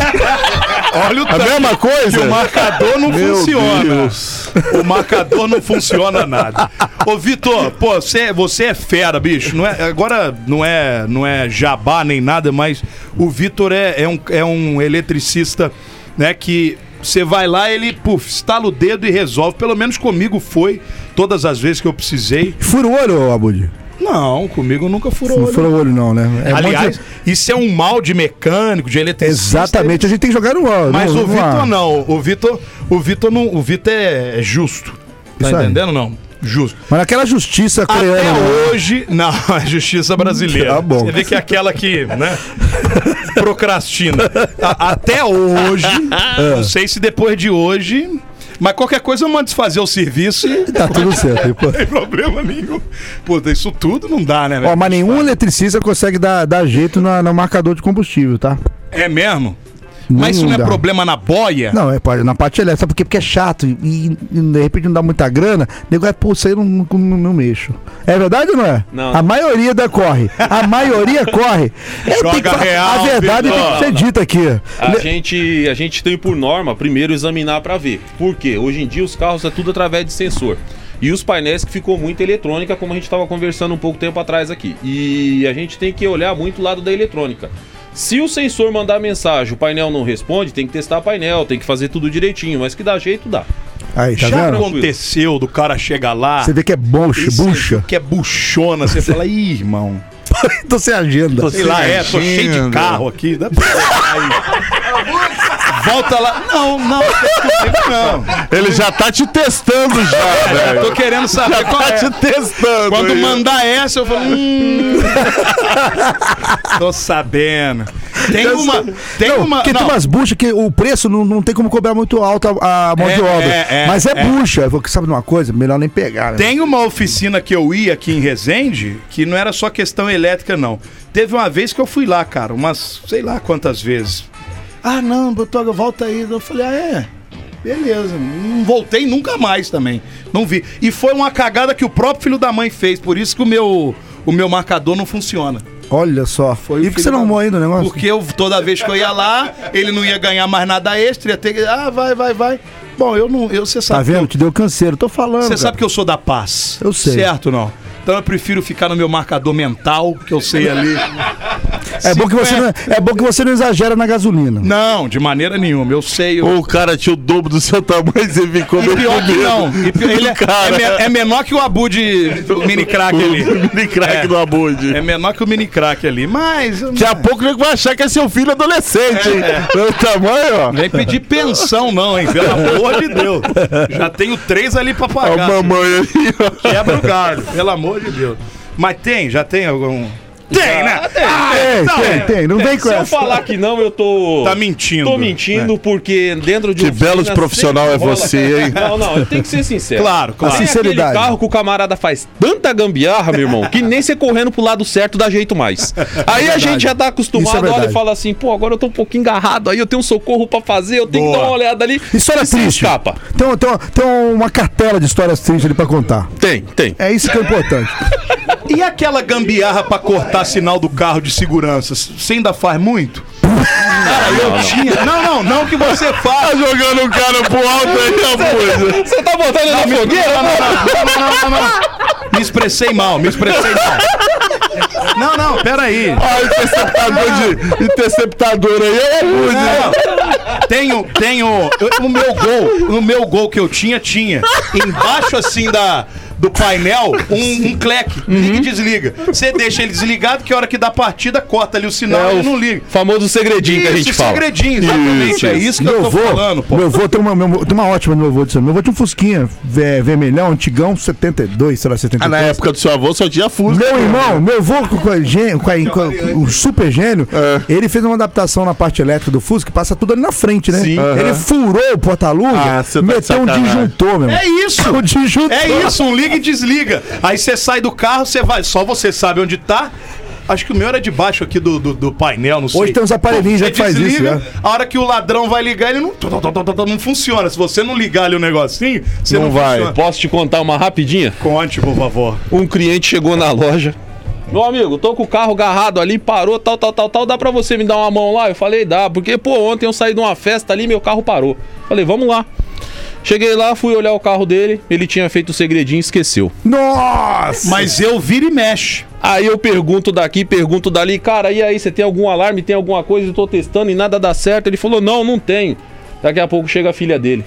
Speaker 3: Olha o
Speaker 5: A
Speaker 3: tanto
Speaker 5: mesma
Speaker 3: que
Speaker 5: coisa?
Speaker 3: o marcador não
Speaker 5: Meu
Speaker 3: funciona.
Speaker 5: Deus.
Speaker 3: O marcador não funciona nada. Ô, Vitor, pô, você, você é fera, bicho. Não é, agora não é, não é jabá nem nada, mas o Vitor é, é um, é um eletricista, né, que. Você vai lá, ele, puf, estala o dedo e resolve. Pelo menos comigo foi, todas as vezes que eu precisei.
Speaker 4: Fura o olho, Abud.
Speaker 3: Não, comigo nunca furou.
Speaker 4: Não
Speaker 3: olho.
Speaker 4: fura o olho, não, né? É um monte de-
Speaker 3: Aliás, isso é um mal de mecânico, de eletricista.
Speaker 4: Exatamente, a gente tem que jogar no olho.
Speaker 3: Mas
Speaker 4: no-
Speaker 3: o
Speaker 4: no
Speaker 3: Vitor
Speaker 4: ar. né?
Speaker 3: não. O Vitor, o Vitor não, o Vitor é justo. Tá
Speaker 4: Isso aí.
Speaker 3: entendendo não? Justo.
Speaker 4: Mas naquela justiça coreana.
Speaker 3: Até
Speaker 4: né?
Speaker 3: hoje, não, é justiça brasileira.
Speaker 4: Tá bom.
Speaker 3: Você vê que é aquela que, né, procrastina. A- até hoje,
Speaker 4: Ah.
Speaker 3: não sei se depois de hoje, mas qualquer coisa eu mando desfazer o serviço e
Speaker 4: Tá tudo certo. pô.
Speaker 3: não tem problema nenhum. Pô, isso tudo não dá, né,
Speaker 4: Ó,
Speaker 3: velho?
Speaker 4: mas nenhum eletricista consegue dar, dar jeito na- no marcador de combustível, tá?
Speaker 3: É mesmo? Mas isso não é
Speaker 4: dá.
Speaker 3: problema na boia?
Speaker 4: Não, é pa- na parte elétrica. Sabe por quê? Porque é chato e, e, de repente não dá muita grana. O nego é, pô, isso aí eu não, não, não, não mexo. É verdade ou não é?
Speaker 6: Não.
Speaker 4: A maioria da corre. A maioria corre. É, tem
Speaker 3: Joga
Speaker 4: que fa-
Speaker 3: real,
Speaker 4: A verdade
Speaker 3: Vitor.
Speaker 4: tem que ser dita aqui.
Speaker 6: A
Speaker 4: Le-
Speaker 6: gente, a gente tem por norma primeiro examinar para ver. Por quê? Hoje em dia os carros é tudo através de sensor. E os painéis que ficou muito eletrônica, como a gente estava conversando um pouco tempo atrás aqui. E a gente tem que olhar muito o lado da eletrônica. Se o sensor mandar mensagem, o painel não responde, tem que testar painel, tem que fazer tudo direitinho, mas que dá jeito, dá.
Speaker 4: Aí, tá
Speaker 3: Já
Speaker 4: vendo?
Speaker 3: aconteceu do cara chegar lá.
Speaker 4: Você vê que é bucha,
Speaker 3: tá. Isso
Speaker 4: bucha.
Speaker 3: Que é buchona. Você fala, ih, irmão.
Speaker 4: Tô sem agenda.
Speaker 3: Sei lá, é, tô cheio de
Speaker 5: Imagina.
Speaker 3: carro aqui. dá pra- Aí. Volta lá. Não, não, não.
Speaker 5: Ele já tá te testando já,
Speaker 3: Eu
Speaker 5: velho.
Speaker 3: tô querendo saber qual
Speaker 5: Tá
Speaker 3: é.
Speaker 5: te testando.
Speaker 3: Quando
Speaker 5: aí.
Speaker 3: mandar essa, eu falo. Hum. tô sabendo. Tem uma. Tem
Speaker 4: Não,
Speaker 3: uma.
Speaker 4: porque tem
Speaker 3: não.
Speaker 4: umas buchas que o preço não, não tem como cobrar muito alto a, a mão
Speaker 3: É,
Speaker 4: de obra.
Speaker 3: é, é,
Speaker 4: mas é,
Speaker 3: é.
Speaker 4: bucha. Eu falei, sabe de uma coisa? Melhor nem pegar. né?
Speaker 3: Tem uma oficina que eu ia aqui em Resende, que não era só questão elétrica, não. Teve uma vez que eu fui lá, cara, umas sei lá quantas vezes. Ah, não, Botoga, volta aí. Eu falei, ah, é. Beleza, não voltei nunca mais também. Não vi. E foi uma cagada que o próprio filho da mãe fez, por isso que o meu, o meu marcador não funciona.
Speaker 4: Olha só.
Speaker 3: Foi o
Speaker 4: e por que
Speaker 3: filho
Speaker 4: você não
Speaker 3: da-
Speaker 4: arrumou ainda o negócio?
Speaker 3: Porque eu, toda vez que eu ia lá, ele não ia ganhar mais nada extra, ia ter que. Ah, vai, vai, vai. Bom, eu não. Eu, você sabe
Speaker 4: Tá
Speaker 3: que eu-
Speaker 4: vendo? Te deu canseiro. Tô falando.
Speaker 3: você
Speaker 4: cara.
Speaker 3: sabe que eu sou da paz.
Speaker 4: Eu sei.
Speaker 3: Certo, não? Então eu prefiro ficar no meu marcador mental, que eu sei ali.
Speaker 4: É bom, que você não, é bom que você não exagera na gasolina.
Speaker 3: Não, de maneira nenhuma. Eu sei. Eu...
Speaker 5: Ou o cara tinha o dobro do seu tamanho e você
Speaker 3: E
Speaker 5: ficou meio
Speaker 3: pior
Speaker 5: com
Speaker 3: que
Speaker 5: medo
Speaker 3: não. E pior- ele é,
Speaker 5: do cara.
Speaker 3: é me- é menor que o Abu de mini crack
Speaker 5: O
Speaker 3: ali.
Speaker 5: mini crack
Speaker 3: É.
Speaker 5: do Abude.
Speaker 3: É menor que o mini crack ali. Mas. eu não-
Speaker 5: Daqui a pouco o nego vai achar que é seu filho
Speaker 3: É,
Speaker 5: adolescente, hein? Pelo tamanho, ó.
Speaker 3: Não vem pedir pensão, não, hein? Pelo amor de Deus. Já tenho três ali pra
Speaker 5: Ó,
Speaker 3: pagar.
Speaker 5: mamãe ali, ó.
Speaker 3: Quebra o galho, pelo amor de Deus. Mas tem, já tem algum. Tem, né?
Speaker 4: tem,
Speaker 3: então,
Speaker 4: tem,
Speaker 3: é.
Speaker 4: tem. Não vem com
Speaker 6: Se eu
Speaker 4: essa.
Speaker 6: falar que não, eu tô.
Speaker 3: Tá mentindo. É.
Speaker 6: Tô mentindo, porque dentro de
Speaker 5: Que
Speaker 6: oficina
Speaker 5: belo de profissional
Speaker 6: sempre
Speaker 5: é você, hein?
Speaker 6: Não, não, tem que ser sincero.
Speaker 3: Claro, claro.
Speaker 6: Tem
Speaker 4: Sinceridade.
Speaker 6: aquele carro que o camarada faz tanta gambiarra, meu irmão, que nem você correndo pro lado certo dá jeito mais. Aí a gente já tá
Speaker 4: Isso é
Speaker 6: acostumado,
Speaker 4: verdade.
Speaker 6: olha e fala assim, pô, agora eu tô um pouquinho engarrado aí, eu tenho um socorro pra fazer, eu tenho que dar uma olhada ali.
Speaker 4: Isso era
Speaker 6: E se
Speaker 4: triste.
Speaker 6: Escapa.
Speaker 4: Tem, um- tem, um- tem uma cartela de histórias tristes ali pra contar.
Speaker 6: Tem, tem.
Speaker 4: É isso que é importante.
Speaker 3: E aquela gambiarra pra cortar sinal do carro de segurança? Você ainda faz muito? Cara, eu tinha. Não, um não, não que você
Speaker 5: Tá
Speaker 3: faz.
Speaker 5: jogando Tipo, o cara pro alto aí, Abude.
Speaker 6: Você tá botando ele na fogueira?
Speaker 3: Não, não, não, não, não, não. Me expressei mal, me expressei mal. Não, não, peraí.
Speaker 5: Ó, interceptador de. Interceptador aí é o Abude.
Speaker 3: Não. Tenho, tenho. eu- O meu gol, no meu gol que eu tinha, tinha. Embaixo assim da. Do painel, um, um cleque, liga e desliga. Você deixa ele desligado, que a hora que dá partida, corta ali É o sinal
Speaker 5: É
Speaker 3: e ele não liga.
Speaker 6: Famoso segredinho que a gente
Speaker 3: Isso,
Speaker 6: fala.
Speaker 3: segredinho, exatamente. É isso que eu tô
Speaker 4: avô,
Speaker 3: falando, pô.
Speaker 4: Meu avô tem uma, meu, avô- tem uma ótima no meu avô disso. Meu avô tinha um Fusquinha ve- vermelhão, antigão, 72, sei lá,
Speaker 5: Ah,
Speaker 4: 73.
Speaker 5: na época do seu avô só tinha Fusca.
Speaker 4: Meu irmão, meu avô com, com, a gê- com, a- com a- o super gênio,
Speaker 5: É.
Speaker 4: ele fez uma adaptação na parte elétrica do Fusca, que passa tudo ali na frente, né?
Speaker 5: Sim.
Speaker 4: Ele
Speaker 5: Aham.
Speaker 4: furou o porta-luva,
Speaker 5: Ah, você tá de
Speaker 4: meteu um
Speaker 5: sacanagem.
Speaker 4: disjuntor, meu irmão.
Speaker 3: É isso!
Speaker 4: Um disjuntor.
Speaker 3: É isso, um liga e desliga. Aí você sai do carro, você vai. Só você sabe onde tá. Acho que o meu era debaixo aqui do, do, do painel, não sei.
Speaker 4: Hoje tem uns aparelhinhos já
Speaker 3: Você
Speaker 4: que faz isso,
Speaker 3: desliga,
Speaker 4: né?
Speaker 3: A hora que o ladrão vai ligar, ele não, tó, tó, tó, tó, tó, não funciona. Se você não ligar ali o negocinho, você não,
Speaker 5: Não vai.
Speaker 3: Funciona.
Speaker 6: Posso te contar uma rapidinha?
Speaker 3: Conte, por favor.
Speaker 6: um cliente chegou na loja. Meu amigo, tô com o carro agarrado ali, parou, tal, tal, tal, tal. Dá pra você me dar uma mão lá? Eu falei, dá, porque, pô, ontem eu saí de uma festa ali, meu carro parou. Falei, vamos lá. Cheguei lá, fui olhar o carro dele, ele tinha feito o segredinho e esqueceu.
Speaker 4: Nossa!
Speaker 3: Mas eu viro e mexe.
Speaker 6: Aí eu pergunto daqui, pergunto dali, cara, e aí, você tem algum alarme, tem alguma coisa? Eu tô testando e nada dá certo. Ele falou, não, não tenho. Daqui a pouco chega a filha dele.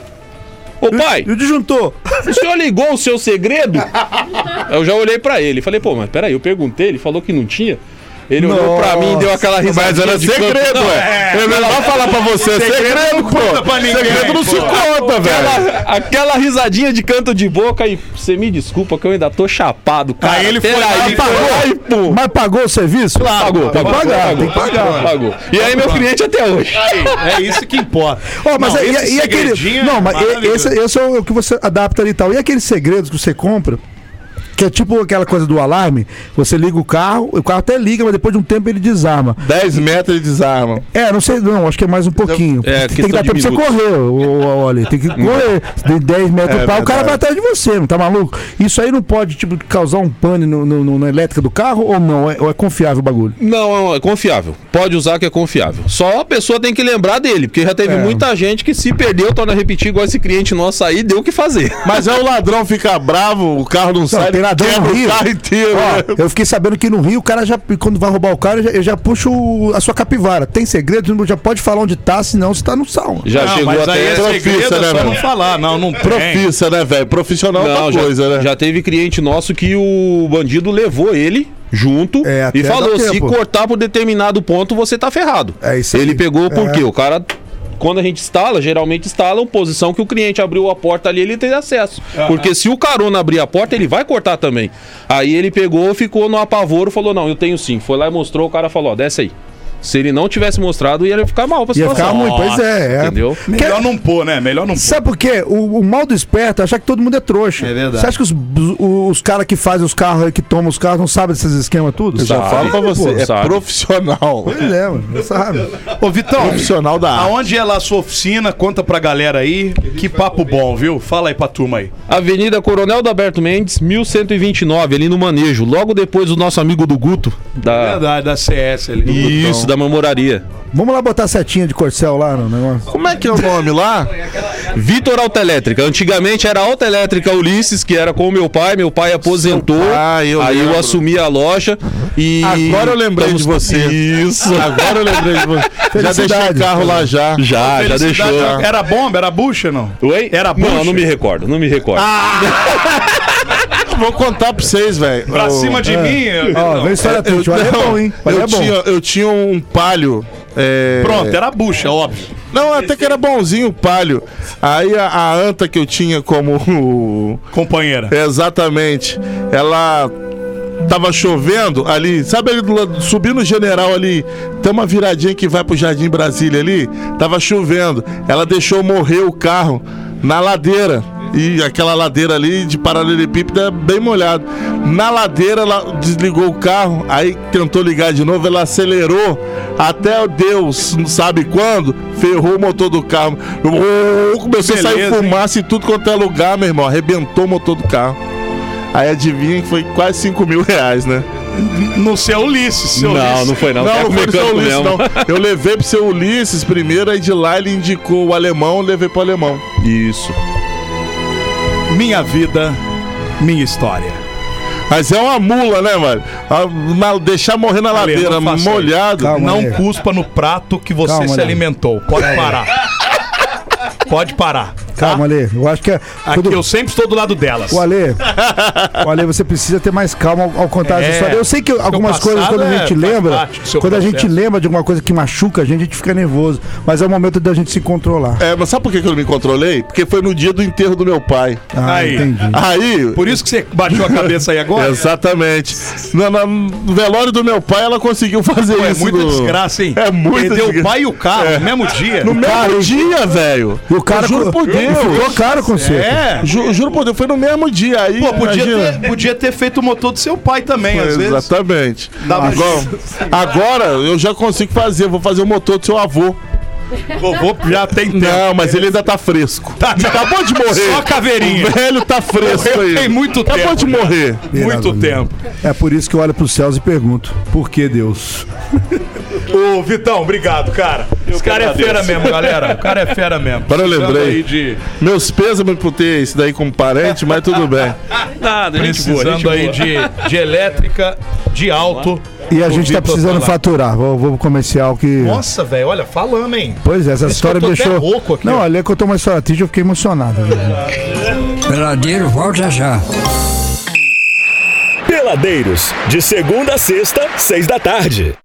Speaker 6: Ô pai,
Speaker 4: E o disjuntor?
Speaker 6: o senhor ligou o seu segredo? Eu já olhei pra ele, falei, pô, mas peraí, eu perguntei, ele falou que não tinha. Ele olhou pra mim e deu aquela risadinha
Speaker 5: Mas era
Speaker 6: de canto.
Speaker 5: segredo, é.
Speaker 6: Não,
Speaker 5: ué. Ele não vai falar pra você, é segredo, pô. Segredo não se conta, velho.
Speaker 6: Aquela, aquela risadinha de canto de boca e você me desculpa que eu ainda tô chapado, cara.
Speaker 3: Aí ele foi
Speaker 6: Peraí,
Speaker 3: lá e pagou.
Speaker 6: Aí, pô.
Speaker 4: Mas pagou o serviço?
Speaker 6: Pagou,
Speaker 4: Tem que
Speaker 6: pagou,
Speaker 4: pagar,
Speaker 6: pagou,
Speaker 4: tem que pagar.
Speaker 6: pagou. E aí meu cliente até hoje.
Speaker 3: É isso que importa.
Speaker 4: Ó, mas
Speaker 3: Não,
Speaker 4: é-
Speaker 3: esse
Speaker 4: e, e aquele.
Speaker 3: segredinho é
Speaker 4: Não, mas e-
Speaker 3: maravilhoso.
Speaker 4: esse, esse é o que você adapta ali e tal. E aqueles segredos que você compra? Que é tipo aquela coisa do alarme, você liga o carro, o carro até liga, mas depois de um tempo ele desarma.
Speaker 5: 10 metros de desarma.
Speaker 4: É, não sei, não, acho que é mais um pouquinho.
Speaker 6: É,
Speaker 4: tem
Speaker 6: questão
Speaker 4: que dar
Speaker 6: de
Speaker 4: tempo pra você
Speaker 6: minutos.
Speaker 4: correr, ô, ô, olha, tem que correr. De 10 metros pra,
Speaker 5: É
Speaker 4: o cara
Speaker 5: verdade.
Speaker 4: vai atrás de você, não tá maluco? Isso aí não pode, tipo, causar um pane no, no- no- na elétrica do carro ou não? É, ou é confiável o bagulho?
Speaker 6: Não, é confiável. Pode usar que é confiável. Só a pessoa tem que lembrar dele, porque já teve muita gente que se perdeu, torna a repetir, igual esse cliente nosso aí, deu o que fazer.
Speaker 5: Mas é o ladrão fica bravo, o carro não, sai,
Speaker 4: tem
Speaker 5: ele
Speaker 4: ladrão
Speaker 5: quebra
Speaker 4: no
Speaker 5: o
Speaker 4: Rio.
Speaker 5: carro inteiro. né?
Speaker 4: Ó, eu fiquei sabendo que no Rio, o cara já, quando vai roubar o cara, eu já, eu já puxo o- a sua capivara. Tem segredo, já pode falar onde tá, senão você tá no salão.
Speaker 6: Já
Speaker 3: Não,
Speaker 6: chegou
Speaker 3: mas
Speaker 6: até.
Speaker 3: aí é
Speaker 5: profissa,
Speaker 3: segredo, é
Speaker 5: né,
Speaker 3: só
Speaker 5: velho?
Speaker 3: não falar. Não, não tem.
Speaker 5: Profissa, né, velho? Profissional é
Speaker 6: Não,
Speaker 5: outra
Speaker 6: já,
Speaker 5: coisa, né?
Speaker 6: já teve cliente nosso que o bandido levou ele junto
Speaker 4: É, até
Speaker 6: e falou:
Speaker 4: dá
Speaker 6: se
Speaker 4: tempo.
Speaker 6: cortar por determinado ponto, você tá ferrado.
Speaker 4: É isso
Speaker 6: Ele
Speaker 4: aí.
Speaker 6: pegou porque o cara. Quando a gente instala, geralmente instala uma posição que o cliente abriu a porta ali, ele tem acesso. Porque se o carona abrir a porta, ele vai cortar também. Aí ele pegou, ficou no apavoro, falou: Não, eu tenho sim. Foi lá e mostrou, o cara falou: Ó, desce aí. Se ele não tivesse mostrado, ia ficar mal pra
Speaker 4: Ia ficar
Speaker 6: situação.
Speaker 4: muito, pois é. é.
Speaker 6: Entendeu?
Speaker 3: Melhor não pôr, né? Melhor não pôr.
Speaker 4: Sabe por quê? O, o mal do esperto é achar que todo mundo é trouxa. É
Speaker 7: verdade.
Speaker 4: Você acha que os, os, os caras que fazem os carros, aí, que tomam os carros, não sabem desses esquemas tudo?
Speaker 5: Eu já
Speaker 6: Sabe,
Speaker 5: falo pra você,
Speaker 6: pô,
Speaker 5: é
Speaker 6: sabe.
Speaker 5: profissional.
Speaker 4: Pois é, mano. Não sabe.
Speaker 3: Ô, Vitão,
Speaker 5: Profissional da arte.
Speaker 3: aonde é lá a sua oficina? Conta pra galera aí. Que papo bom, viu? Fala aí pra turma aí.
Speaker 6: Avenida Coronel Daberto Mendes, 1129, ali no Manejo, logo depois do nosso amigo do Guto. É Da...
Speaker 3: Verdade, da CS ali.
Speaker 6: Isso, da mamoraria.
Speaker 4: Vamos lá botar a setinha de corcel lá no negócio.
Speaker 5: Como é que é o nome lá?
Speaker 6: Vitor Autoelétrica. Antigamente era Autoelétrica Ulisses, que era com o meu pai. Meu pai aposentou.
Speaker 5: Ah, eu
Speaker 6: aí
Speaker 5: lembro.
Speaker 6: eu assumi a loja. E
Speaker 5: Agora eu lembrei de
Speaker 6: Estamos-
Speaker 5: você. Isso. Agora eu lembrei de você. já deixei o
Speaker 4: Felicidade.
Speaker 5: carro lá já.
Speaker 6: Já, já
Speaker 3: Felicidade,
Speaker 6: deixou.
Speaker 3: é. Era bomba, era bucha, não?
Speaker 6: Oi?
Speaker 3: Era bucha?
Speaker 6: Não, não me recordo, não me recordo.
Speaker 5: Vou contar pra vocês, velho.
Speaker 3: Pra
Speaker 5: Eu-
Speaker 3: cima de mim... eu-
Speaker 4: é. Ó, vem história triste. Olha, é
Speaker 5: Não,
Speaker 4: bom, hein? Olha,
Speaker 5: Eu,
Speaker 4: é bom.
Speaker 5: tinha, eu tinha um palio. é,
Speaker 3: Pronto, era bucha, óbvio.
Speaker 5: Não, até que era bonzinho o palio. Aí a, a anta que eu tinha como. é
Speaker 3: Companheira.
Speaker 5: Exatamente. Ela tava chovendo ali, sabe ali do lado, subindo o general ali, tem uma viradinha que vai pro Jardim Brasília ali, tava chovendo. Ela deixou morrer o carro na ladeira. E aquela ladeira ali de paralelepípedo é bem molhado. Na ladeira ela desligou o carro, aí tentou ligar de novo, ela acelerou até o Deus, não sabe quando, ferrou o motor do carro. Uou, Começou a sair
Speaker 3: Beleza, hein?
Speaker 5: fumaça em tudo quanto é lugar, meu irmão. Arrebentou o motor do carro. Aí adivinha que foi quase 5 mil reais, né?
Speaker 3: No seu Ulisses, seu
Speaker 6: Não,
Speaker 3: Ulisses.
Speaker 6: não foi não. Era
Speaker 5: não,
Speaker 6: com
Speaker 5: foi do seu
Speaker 6: mecânico
Speaker 5: Ulisses,
Speaker 6: mesmo.
Speaker 5: não. Eu levei pro seu Ulisses primeiro, aí de lá ele indicou o alemão, eu levei pro alemão.
Speaker 6: Isso.
Speaker 3: Minha vida, minha história.
Speaker 5: Mas é uma mula, né, mano? A- na- deixar morrer na
Speaker 3: Ale,
Speaker 5: ladeira,
Speaker 3: não faça isso.
Speaker 5: molhado.
Speaker 4: Calma.
Speaker 3: não
Speaker 4: nego.
Speaker 3: cuspa no prato que você
Speaker 4: Calma,
Speaker 3: se
Speaker 4: nego.
Speaker 3: alimentou. Pode parar. Pode parar.
Speaker 4: Calma, Ale. Eu acho que é.
Speaker 3: Aqui
Speaker 4: tudo-
Speaker 3: eu sempre estou do lado delas.
Speaker 4: O Ale, o Ale, você precisa ter mais calma ao, ao contar
Speaker 3: É.
Speaker 4: essa história. Eu sei que algumas
Speaker 3: passado
Speaker 4: coisas, quando
Speaker 3: é-
Speaker 4: a gente
Speaker 3: faz
Speaker 4: lembra,
Speaker 3: parte do seu
Speaker 4: quando a gente
Speaker 3: processo.
Speaker 4: lembra de alguma coisa que machuca a gente, a gente fica nervoso. Mas é o momento da gente se controlar.
Speaker 5: É, mas sabe por que que eu não me controlei? Porque foi no dia do enterro do meu pai.
Speaker 4: Ah,
Speaker 3: Aí.
Speaker 4: entendi.
Speaker 5: Aí,
Speaker 3: Hum. Por isso que você baixou a cabeça aí agora?
Speaker 5: Exatamente. Na- na- No velório do meu pai, ela conseguiu fazer
Speaker 3: Pô, é
Speaker 5: isso.
Speaker 3: muita
Speaker 5: no-
Speaker 3: desgraça, hein?
Speaker 5: É muita É.
Speaker 3: Perdeu o
Speaker 5: desgraça.
Speaker 3: pai e o carro
Speaker 4: É.
Speaker 3: no mesmo dia.
Speaker 5: No mesmo dia, velho.
Speaker 4: E o cara
Speaker 5: Eu juro
Speaker 4: co-
Speaker 5: por Deus.
Speaker 4: Ficou caro o conceito.
Speaker 3: É.
Speaker 5: Ju- juro por Deus, foi no mesmo dia. Aí,
Speaker 3: Pô, podia
Speaker 5: imagina.
Speaker 3: ter, podia ter feito o motor do seu pai também, às vezes.
Speaker 5: Exatamente.
Speaker 3: Dá pra-
Speaker 5: agora, agora eu já consigo fazer. Vou fazer o motor do seu avô.
Speaker 3: Vovô já tem tempo.
Speaker 5: Não, mas ele ainda tá fresco. Acabou de morrer.
Speaker 3: Só a caveirinha.
Speaker 5: O velho tá fresco
Speaker 3: Morreu
Speaker 5: aí.
Speaker 3: tem muito
Speaker 5: Acabou
Speaker 3: tempo.
Speaker 5: de morrer.
Speaker 3: Muito tempo.
Speaker 4: É por isso que eu olho pros céus e pergunto: por que Deus?
Speaker 3: Ô, Vitão, obrigado, cara. Esse cara é fera mesmo, galera. O cara é fera mesmo.
Speaker 5: Agora eu lembrei.
Speaker 3: Aí de...
Speaker 5: Meus pêsames por ter isso daí como parente, mas tudo bem.
Speaker 6: Nada,
Speaker 3: Precisando aí de, de elétrica, de alto.
Speaker 4: E a gente tá
Speaker 3: Vitor
Speaker 4: precisando
Speaker 3: falar.
Speaker 4: faturar. Vou, vou pro comercial que.
Speaker 3: Nossa, velho, olha, falando, hein?
Speaker 4: Pois é, essa
Speaker 3: Por isso
Speaker 4: história
Speaker 3: que eu
Speaker 4: me
Speaker 3: tô
Speaker 4: deixou.
Speaker 3: até rouco aqui,
Speaker 4: Não,
Speaker 3: ó.
Speaker 4: ali contou uma história triste, eu fiquei emocionado. velho.
Speaker 10: Peladeiro, volta já.
Speaker 1: Peladeiros, de segunda a sexta, seis da tarde.